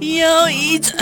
又一次。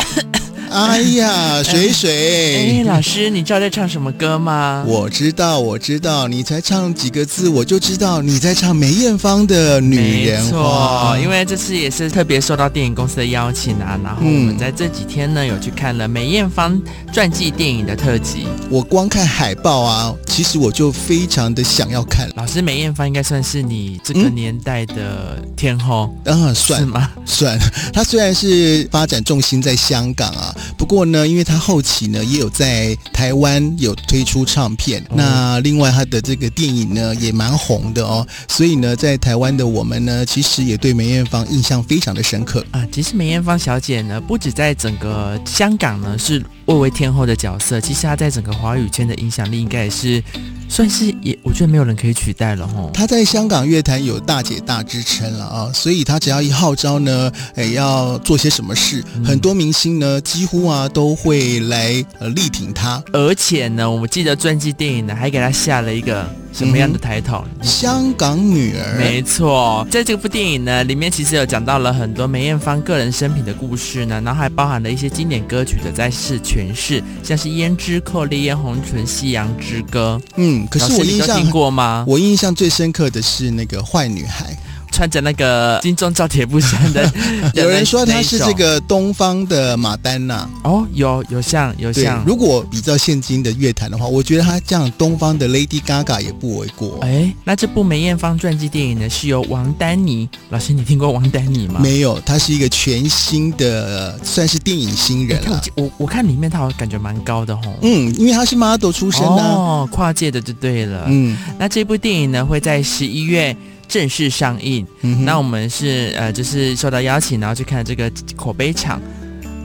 哎呀，水水，哎，老师，你知道在唱什么歌吗？我知道，我知道，你才唱几个字，我就知道你在唱梅艳芳的《女没人花错》。，因为这次也是特别受到电影公司的邀请啊，然后我们在这几天呢有去看了梅艳芳传记电影的特辑。我光看海报啊，其实我就非常的想要看老师，梅艳芳应该算是你这个年代的天后，啊，是算吗？算，他虽然是发展重心在香港啊，不过呢，因为他后期呢也有在台湾有推出唱片，哦那另外他的这个电影呢也蛮红的哦，所以呢，在台湾的我们呢，其实也对梅艳芳印象非常的深刻。啊、其实梅艳芳小姐呢，不止在整个香港呢是蔚为天后的角色，其实她在整个华语圈的影响力应该也是算是也，我觉得没有人可以取代了吼。她在香港乐坛有大姐大之称了啊，所以她只要一号召呢，哎，要做些什么事，嗯很多明星呢几乎啊都会来呃力挺她。而且呢，我记得传记电影呢还给她下了一个什么样的抬头？香港女儿，嗯没错，在这部电影呢，里面其实有讲到了很多梅艳芳个人生平的故事呢，然后还包含了一些经典歌曲的再世诠释，像是《胭脂扣》《烈焰红唇》《夕阳之 歌》。嗯，可老是师我你印都象听过吗？我印象最深刻的是那个坏女 孩，穿着那个金钟罩铁布衫的，的有人那说她是这。那一个东方的马丹娜。种哦，有有像有对像，，如果比较现今的乐坛的话，我觉得她这样东方的 Lady Gaga 也不为过。哎，那这部梅艳芳传记电影呢，是由王丹妮老师，你听过王丹妮吗？没有，她是一个全新的，算是电影新哎人看了我。记我我看里面她好像感觉蛮高的吼。嗯，因为她是 model 出身啊。哦，跨界的就对了。嗯，那这部电影呢，会在十一月正式上映。嗯哼那我们是呃，就是受到邀请，然后去看这个口碑场。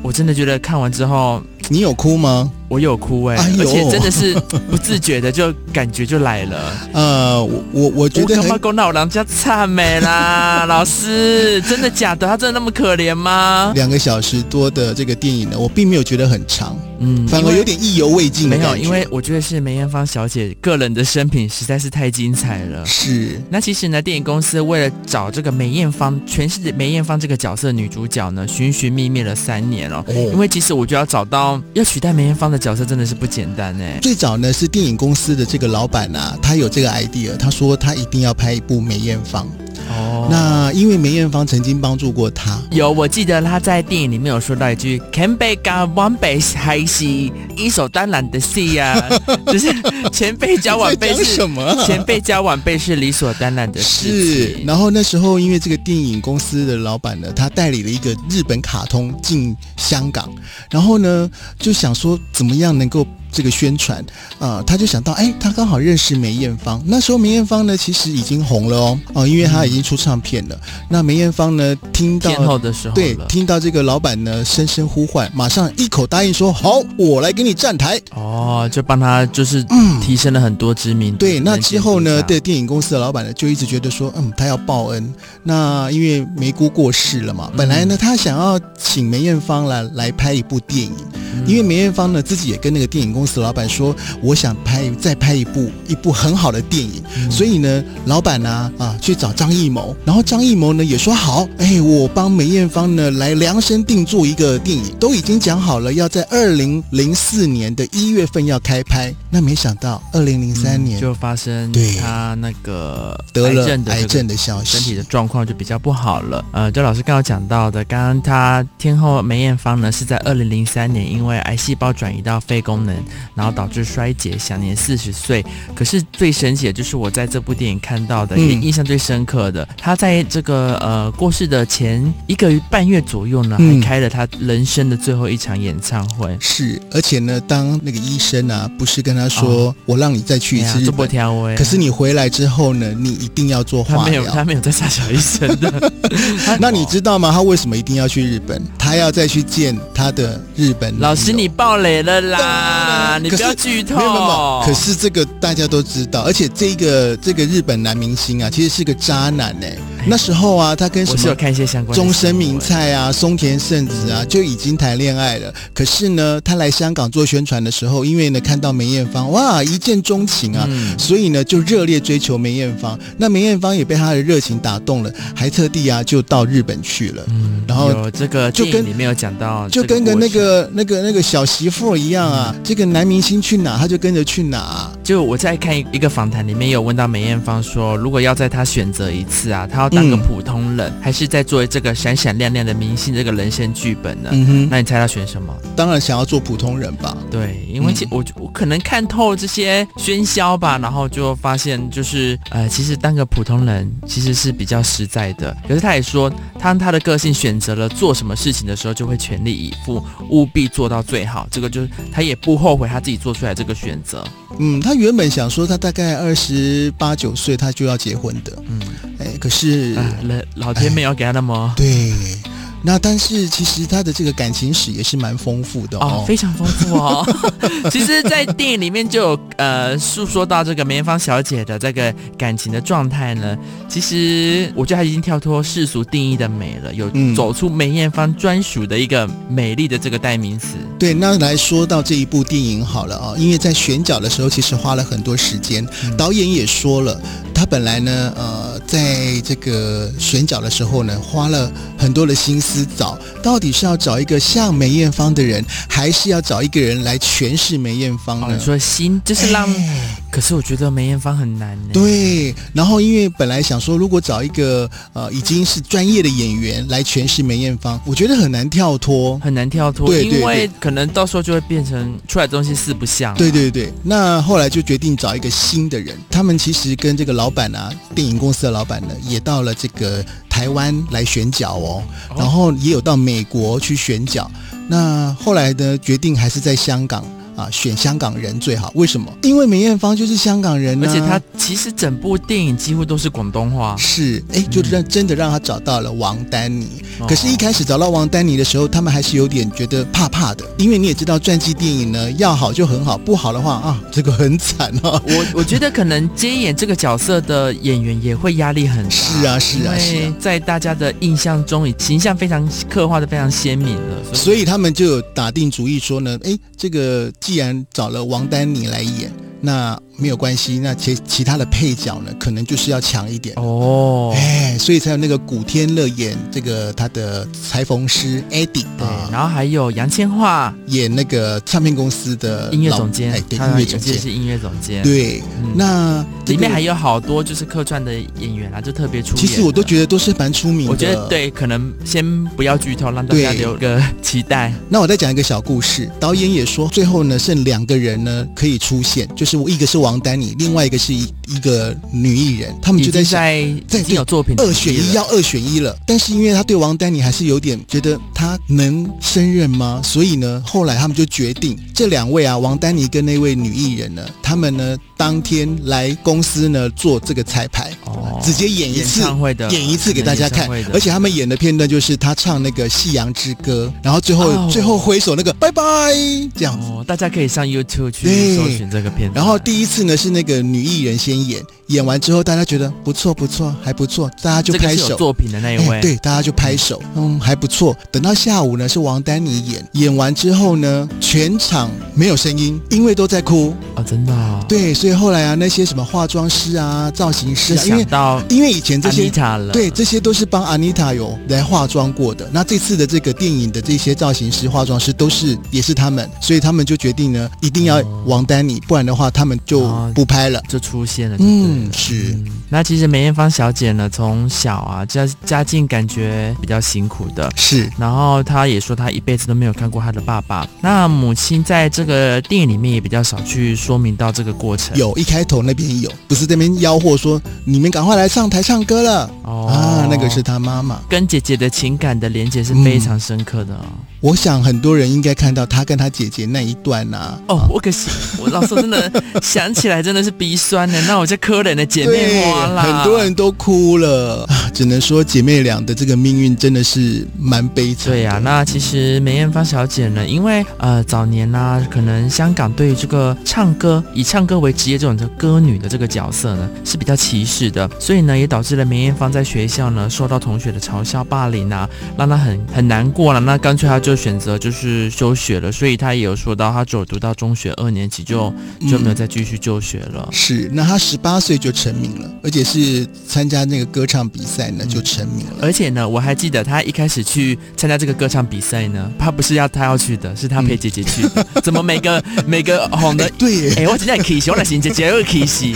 我真的觉得看完之后，你有哭吗？我有哭哎、哎呦而且真的是不自觉的就感觉就来了。呃，我我我 觉我得他妈很狗脑狼家惨美 啦，老师，真的假的？他真的那么可怜吗？两个小时多的这个电影呢，我并没有觉得很长，嗯反而有。点意犹未尽因的为没有，感觉。因为我觉得是梅艳芳小姐个人的生平实在是太精彩了。是那其实呢，电影公司为了找这个梅艳芳，诠释梅艳芳这个角色女主角呢，寻寻觅觅了三年哦。因哦。为其实我觉得要找到要取代梅艳芳的角色真的是不简单哎。最早呢是电影公司的这个老板啊，他有这个 idea，他说他一定要拍一部梅艳芳。哦那因为梅艳芳曾经帮助过他，有，我记得他在电影里面有说到一句 “Can be got one base 还是一手当然的戏 呀”，就是前辈教晚辈你在讲是什么啊？前辈教晚辈是理所当然的事是，情。然后那时候因为这个电影公司的老板呢，他代理了一个日本卡通进香港，然后呢就想说怎么样能够这个宣传啊、他就想到哎，他刚好认识梅艳芳，那时候梅艳芳呢其实已经红了哦，嗯哦、因为她已经出唱片了。那梅艳芳呢听天到后的时候对了，听到这个老板呢声声呼唤，马上一口答应说好，我来给你站台。哦，就帮他就是嗯提升了很多知名度。对，那人之间后菩呢？萨对电影公司的老板呢，就一直觉得说，嗯，他要报恩。那因为梅姑过世了嘛，本来嗯呢，他想要请梅艳芳来来拍一部电影，嗯因为梅艳芳呢自己也跟那个电影公司的老板说，我想拍再拍一部一部很好的电影，嗯所以呢，老板呢啊去找张艺谋，然后张艺谋呢也说好，哎，我帮梅艳芳呢来量身定做一个电影，都已经讲好了要在二零零四年的一月份要开拍，那没想到二零零三嗯年。就发生对他那个得了癌症的这癌个症的消息，身体的状况就比较不好了。呃，就老师刚刚讲到的，刚刚他天后梅艳芳呢是在二零零三年因为癌细胞转移到肺功能，然后导致衰竭，享年四十岁。可是最神奇的就是我在这部电影看到的，嗯也印象最深刻的，他在这个呃过世的前一个半月左右呢，嗯还开了他人生的最后一场演唱会。是，而且呢，当那个医生啊，不是跟他说、我让你再去一哦哎呀次日这波本，条威，可是你回来之后呢，你一定要做 他化没有，疗。他没有在杀小医生的。 他 那你知道吗？他为什么一定要去日本？他要再去见他的日本女老师友你爆雷了啦！当然你不要可是剧透。没有没有没哦有，可是这个大家都知道，而且这个这个日本男明星啊，其实是个渣男哎、那时候啊，他跟我什是有么看一些相关的中森新闻明菜啊、松田圣子啊就已经谈恋爱了。可是呢，他来香港做宣传的时候，因为呢看到梅艳芳，哇，一见钟情啊，嗯所以呢就热烈追求梅艳芳。那梅艳芳也被他的热情打动了，还特地啊就到日本去了。嗯，然后有这个就电影跟里面有讲到这就过程，嗯跟个那个那个那个小媳妇一样啊，这个男明星去哪，他就跟着去哪、啊就我在看一个访谈，里面有问到梅艳芳说，如果要在她选择一次啊，她要当个嗯普通人，还是在做这个闪闪亮亮的明星这个人生剧本呢？嗯哼，那你猜她选什么？当然想要做普通人吧。对，因为其我就我可能看透这些喧嚣吧，然后就发现就是呃，其实当个普通人其实是比较实在的。可是他也说，当他的个性选择了做什么事情的时候，就会全力以赴，务必做到最好。这个就是他也不后悔他自己做出来这个选择。嗯，他原本想说他大概二十八九岁他就要结婚的，嗯，哎，可是、啊，老老天没有给他那么。对，那但是其实他的这个感情史也是蛮丰富的哦哦，。非常丰富 哦。其实，在电影里面就有呃诉说到这个梅艳芳小姐的这个感情的状态呢。其实，我觉得她已经跳脱世俗定义的美了，有嗯走出梅艳芳专属的一个美丽的这个代名词。对，那来说到这一部电影好了啊、因为在选角的时候其实花了很多时间，嗯导演也说了，他本来呢，呃，在这个选角的时候呢，花了很多的心思找，到底是要找一个像梅艳芳的人，还是要找一个人来诠释梅艳芳哦，呢你？说心就是让，可是我觉得梅艳芳很难呢。，哎对，然后因为本来想说，如果找一个呃已经是专业的演员来诠释梅艳芳，我觉得很难跳脱。很难跳脱，对对因为可能到时候就会变成出来的东西四不像。对。对对，那后来就决定找一个新的人。他们其实跟这个老板啊，电影公司的老板呢，也到了这个台湾来选角哦，哦然后也有到美国去选角。那后来呢，决定还是在香港啊，选香港人最好。为什么？因为梅艳芳就是香港人、啊，而且她其实整部电影几乎都是广东话，是，哎，就让真的让他找到了王丹妮。哦可是，一开始找到王丹妮的时候，他们还是有点觉得怕怕的，因为你也知道，传记电影呢，要好就很好，不好的话啊，这个很惨 哦。我我觉得可能接演这个角色的演员也会压力很大。是啊，是啊，是因啊为。在大家的印象中，已形象非常刻画的非常鲜明了，所以以他们就有打定主意说呢，哎，这个既然找了王丹妮来演，那没有关系，那其其他的配角呢，可能就是要强一点。哦，哎，所以才有那个古天乐演这个他的裁缝师 Eddie 对啊，，然后还有杨千嬅演那个唱片公司的音乐老总监哎，，对，她音乐也总记得监，是音乐总监，对，嗯那这里面个还有好多就是客串的演员啊，就特别出演的。其实我都觉得都是蛮出名的。我觉得。对，可能先不要剧透，让大对家留个期待。那我再讲一个小故事，导演也说，最后呢剩两个人呢可以出现，就是我一个是王丹妮，另外一个是一一个女艺人，他们已嗯就经在想。在已在经有作品二选一啊了要二选一了，但是因为他对王丹妮还是有点觉得他能胜任吗？所以呢，后来他们就决定这两位啊，王丹妮跟那位女艺人呢，他们呢当天来公司呢做这个彩排，哦直接演一演次。唱会的，演一次给大家看演唱会的，而且他们演的片段就是他唱那个《夕阳之歌》，然后最后、哦最后挥手那个拜拜这样子。哦，大家可以上 YouTube 去对搜寻这个片段。啊然后第一次呢是那个女艺人先演，演完之后大家觉得不错不错还不错，大家就这个拍是有手。作品的那一位，哎对，大家就拍手，嗯，还不错。等到下午呢，是王丹妮演，演完之后呢，全场没有声音，因为都在哭。哦，真的、哦，，对，所以后来啊，那些什么化妆师啊、造型师是啊，因想为到因为以前这安妮些塔了，对，这些都是帮 Anita 有来化妆过的。那这次的这个电影的这些造型师、化妆师都是也是他们，所以他们就决定呢，一定要哦王丹妮，不然的话他们就哦不拍了。就出现了，嗯。嗯，是，嗯那其实梅艳芳小姐呢，从小啊家家境感觉比较辛苦的，是，然后她也说她一辈子都没有看过她的爸爸。那母亲在这个电影里面也比较少去说明到这个过程。有一开头那边有，不是这边吆喝说你们赶快来上台唱歌了。哦啊，那个是嗯他妈妈。跟姐姐的情感的连接是非常深刻的哦。我想很多人应该看到他跟他姐姐那一段啊。哦，我可惜，我老说真的 想起来真的是鼻酸呢。那我这可怜的姐对妹花，啦，很多人都哭了啊，只能说姐妹俩的这个命运真的是蛮悲惨的。对呀、那其实梅艳芳小姐呢，因为呃早年呢、可能香港对于这个唱歌以唱歌为职业这种的歌女的这个角色呢是比较歧视的，所以呢也导致了梅艳芳在学校呢受到同学的嘲笑霸凌啊，让她很很难过了。那干脆她就选择就是休学了，所以她也有说到，她只有读到中学二年级就就没有再继续就学了。嗯是，那她十八岁就成名了，而且是参加那个歌唱比赛嗯呢就成名了。而且呢，我还记得她一开始去参加这个歌唱比赛呢，她不是要她要去的，是她陪姐姐去的。嗯怎么每 个每个红的哎，对耶，哎、我真的 K 喜，我的行姐姐又 K 喜，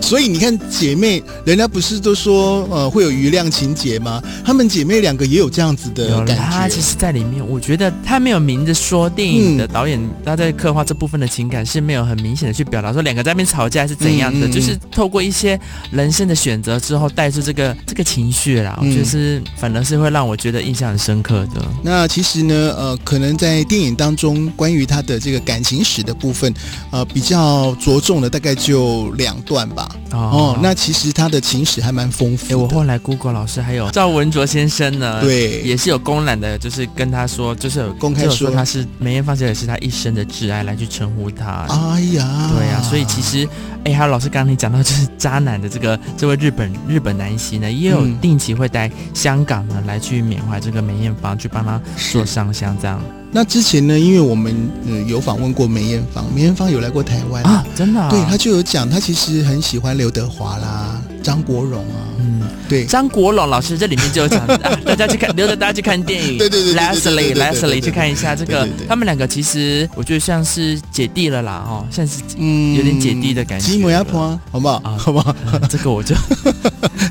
所以你看姐妹，人家不是都说呃会有余量情节吗？她们姐妹两个也有这样子的有了感她觉其。实，在里面，我觉得她没有明着说，电影的导演他在刻画这部分的情感是没有很明显的去表达说两个在那边吵架是怎样的，嗯嗯嗯就是透过一些人生的选择之后带出这个这个情绪啦，我觉得嗯是反而是会让我觉得印象很深刻的。那其实呢，呃，可能在电影当中关于她的这个感情史的部分，呃，比较着重的大概就两段吧。哦，那其实她的情史还蛮丰哎，富我的。后来 Google 老师还有赵文卓先生呢，，对，也是有公然的，就是跟他说，就是有公开就有说他是梅艳芳小姐是他一生的挚爱来去称呼他。哎呀，对呀、所以其实，哎，还有老师刚刚你讲到就是渣男的这个这位日本日本男星呢，也有嗯定期会带香港呢来去缅怀这个梅艳芳，去帮她做是上香这样那之前呢，因为我们呃有访问过梅艳芳，梅艳芳有来过台湾啊，真的、啊，对，她就有讲，她其实很喜欢刘德华啦、张国荣啊，嗯，对，张国荣老师这里面就有讲，啊大家去看，留着大家去看电影。对对对对对对 Leslie 对对对对对 Leslie 去看一下这个对对对，他们两个其实我觉得像是姐弟了啦，哦，像是嗯有点姐弟的感觉吉姆阿婆啊，好不好？啊好不好？这个我就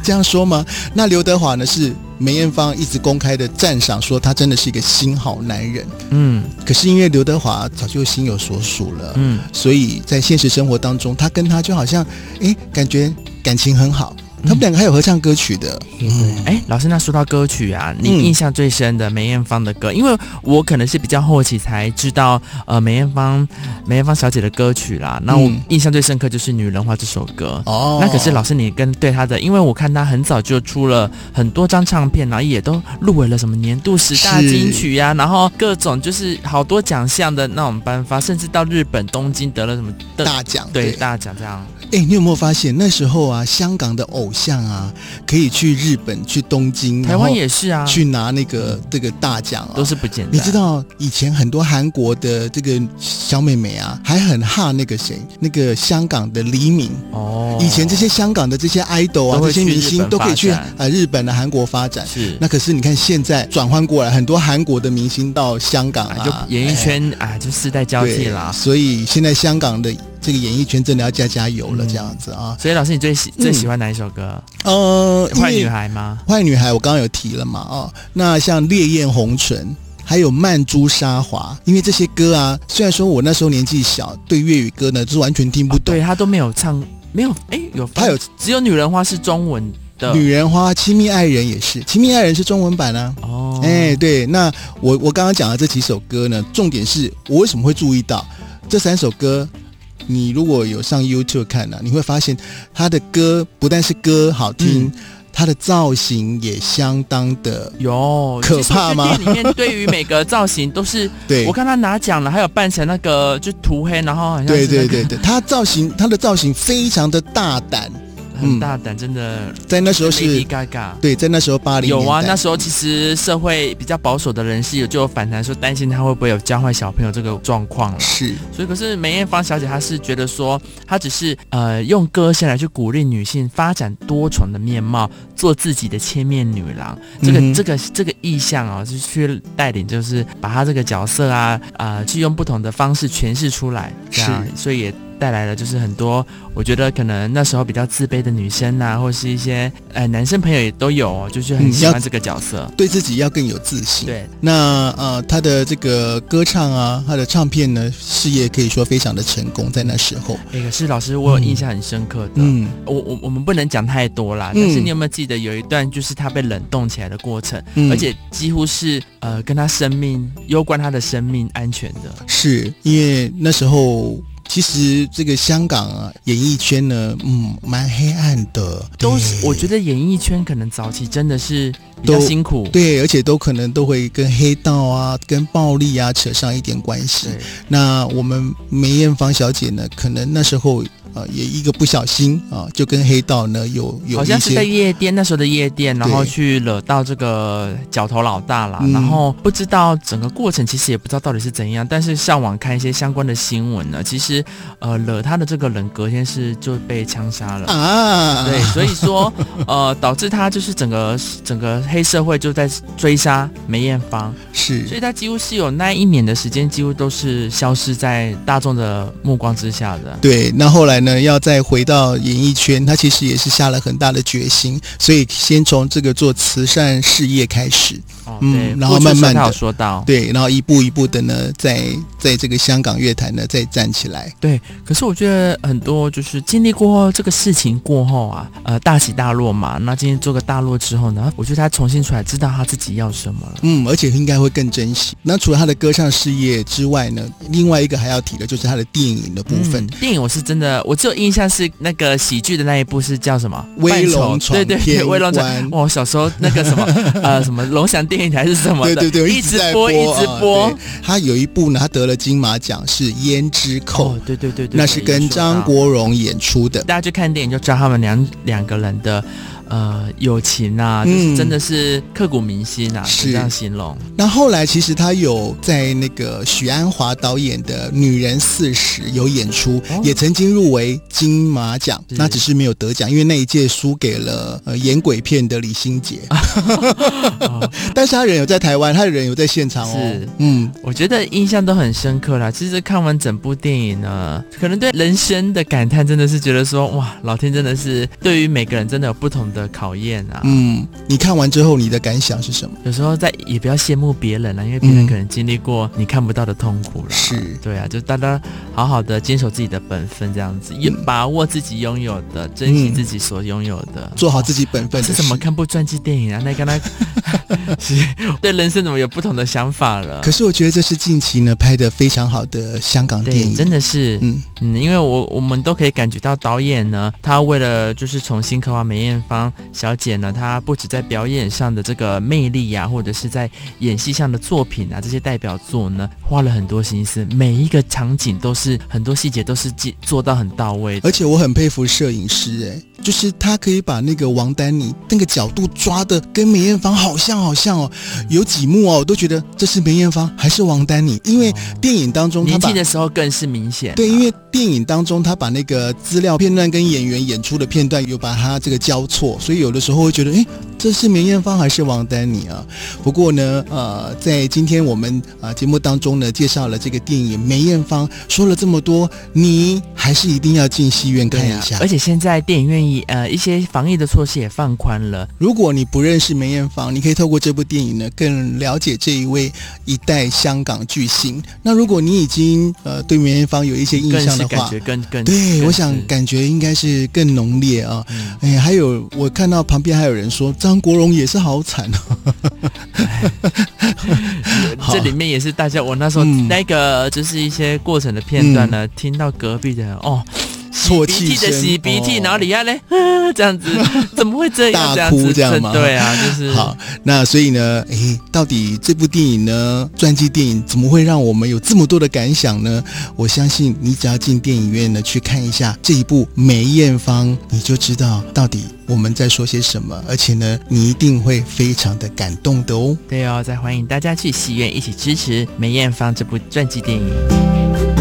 这样说吗？那刘德华呢，是梅艳芳一直公开的赞赏，说他真的是一个新好男人。嗯可是因为刘德华早就心有所属了，嗯所以在现实生活当中，他跟他就好像，哎，感觉感情很好。嗯他们两个还有合唱歌曲的，嗯，哎，老师，那说到歌曲啊，你嗯印象最深的梅艳芳的歌，因为我可能是比较后期才知道，呃，梅艳芳梅艳芳小姐的歌曲啦。那我嗯印象最深刻就是《女人花》这首歌。哦，那可是老师，你跟对她的，因为我看她很早就出了很多张唱片，然后也都入围了什么年度十大是金曲呀、然后各种就是好多奖项的那种颁发，甚至到日本东京得了什么的大奖，对大奖这样。哎、你有没有发现那时候啊，香港的偶像啊，可以去日本、去东京，台然湾后也是啊，去拿那个这个大奖啊，都是不简单。你知道以前很多韩国的这个小妹妹啊，还很哈那个谁，那个香港的黎明。哦？以前这些香港的这些 idol 啊，都这会去些明星都可以去日本啊发展、呃日本的、韩国发展。是那可是你看现在转换过来，很多韩国的明星到香港啊，啊，就演艺圈啊，就世代哎交替啦对。所以现在香港的这个演艺圈真的要加加油嗯了，这样子啊。所以老师，你最喜嗯最喜欢哪一首歌？呃，因坏为女孩吗？坏女孩，我刚刚有提了嘛，哦，那像《烈焰红唇》。还有曼珠沙华，因为这些歌啊，虽然说我那时候年纪小，对粤语歌呢就是完全听不哦懂。对她都没有唱，没有哎，有她有只有女人花是中文的女人花》《亲密爱人》也是，《亲密爱人》是中文版啊。哦，哎、对，那我我刚刚讲的这几首歌呢，重点是我为什么会注意到这三首歌？你如果有上 YouTube 看啊呢、你会发现它的歌不但是歌好嗯听，它的造型也相当的有可怕吗其实我去店里面对于每个造型都是， 对我。看她拿奖了，还有扮成那个就涂黑，然后好像是对那对个对对，它造型它的造型非常的大胆，很嗯大胆，真的在那时候 Lady 是， Gaga。对，在那时候八零有啊，那时时候其实社会比较保守的人士有就有反弹说，担心她会不会有教坏小朋友这个状况了。是所以，可是梅艳芳小姐她是觉得说，她只是呃用歌声来去鼓励女性发展多重的面貌，做自己的千面女郎。这个、嗯哼这个这个意向啊、就是去带领，就是把她这个角色啊啊、呃去用不同的方式诠释出来，这样，所以也。带来了就是很多，我觉得可能那时候比较自卑的女生呐、或是一些呃男生朋友也都有、哦，就是很嗯喜欢要嗯这个角色。对自己要更有自信。，对，那呃，他的这个歌唱啊，他的唱片呢，事业可以说非常的成功，在那时候，哎，可是老师我有印象很深刻的，嗯，我我我们不能讲太多啦，嗯但是你有没有记得有一段就是他被冷冻起来的过程，嗯而且几乎是呃跟他生命攸关他的生命安全的，是因为那时候其实这个香港啊，演艺圈呢，嗯，蛮黑暗的，都对是我觉得演艺圈可能早期真的是比较都辛苦，对，而且都可能都会跟黑道啊、跟暴力啊扯上一点关系。对那我们梅艳芳小姐呢，可能那时候呃也一个不小心啊、就跟黑道呢有有好一像是在些夜店那时候的夜店，然后对去惹到这个角头老大啦，嗯然后不知道整个过程，其实也不知道到底是怎样，但是上网看一些相关的新闻呢，其实呃惹他的这个人隔天是就被枪杀了。啊，对，所以说，呃，导致他就是整个整个黑社会就在追杀梅艳芳，所是以他几乎是有那一年的时间，几乎都是消失在大众的目光之下的。对。那后来呢，要再回到演艺圈，她其实也是下了很大的决心，所以先从这个做慈善事业开始，哦，嗯对，然后过去的时候慢慢地他有说到，对，然后一步一步的呢，在在这个香港乐坛呢再站起来。可是我觉得很多就是经历过后这个事情过后啊，呃，大起大落嘛。那今天做个大落之后呢，我觉得他重新出来，知道他自己要什么了。嗯，而且应该会更珍惜。那除了他的歌唱事业之外呢，另外一个还要提的就是他的电影的部分嗯。电影我是真的，我只有印象是那个喜剧的那一部是叫什么？威龙扮丑对对闯对，天威龙闯关哇，我小时候那个什 么呃什么龙翔电影台是什么对的，对对，一直直在播一直啊播。对他有一部呢，他得了金马奖是《胭脂扣哦》，，对对对对，那是对跟张。有说到国荣演出的。大家去看电影就知道他们两两个人的呃友情啊，就是嗯真的是刻骨铭心啊，是就这样形容。那后来其实他有在那个许鞍华导演的《女人四十》有演出，哦也曾经入围金马奖，是那只是没有得奖，因为那一届输给了呃演鬼片的李 心洁。 但是他人有在台湾，他人有在现场哦哦是。嗯，我觉得印象都很深刻啦。其实看完整部电影呢，可能对人生的感叹真的是觉得说，哇，老天真的是对于每个人真的有不同的考验啊。嗯，你看完之后你的感想是什么？有时候在也不要羡慕别人啊了，因为别人嗯可能经历过你看不到的痛苦了。是对啊，就大家好好的坚守自己的本分，这样子，也嗯把握自己拥有的，珍惜嗯自己所拥有的，做好己。自己本分的是事怎。么看部传记电影啊？那跟 他 是对人生怎么有不同的想法了？可是我觉得这是近期呢拍的非常好的香港电对，影，真的是，嗯，嗯，因为我我们都可以感觉到导演呢，他为了就是重新刻画梅艳芳小姐呢，她不止在表演上的这个魅力呀、或者是在演戏上的作品啊，这些代表作呢，花了很多心思，每一个场景都是很多细节都是记做到很到位的。而且我很佩服摄影师、哎，就是他可以把那个王丹妮那个角度抓的跟梅艳芳好像好像哦，有几幕哦，我都觉得这是梅艳芳还是王丹妮，因为电影当中他哦年把轻的时候更是明显啊、对，因为电影当中他把那个资料片段跟演员演出的片段有把它这个交错，所以有的时候会觉得，诶，这是梅艳芳还是王丹妮啊？不过呢，呃，在今天我们啊、节目当中呢，介绍了这个电影梅艳芳，说了这么多，你还是一定要进戏院看对一啊下。而且现在电影院也呃一些防疫的措施也放宽了，如果你不认识梅艳芳，你可以透过这部电影呢，更了解这一位一代香港巨星。那如果你已经呃对梅艳芳有一些印更象是的感话觉，更更对，更我是想感觉应该是更浓烈啊。嗯哎，还有我看到旁边还有人说张国荣也是好惨啊，好这里面也是大家，我那时候、嗯那个就是一些过程的片段呢，听到隔壁的人哦，洗啜泣鼻涕的声洗鼻涕，哦然后李亚嘞、 啊这 样子，怎么会这样？大这样子哭这样真吗对啊，就是好，那所以呢，诶，到底这部电影呢，传记电影怎么会让我们有这么多的感想呢？我相信你只要进电影院呢去看一下这一部《梅艳芳》，你就知道到底我们在说些什么，而且呢，你一定会非常的感动的哦。对哦，再欢迎大家去戏院一起支持梅艳芳这部传记电影。 Thank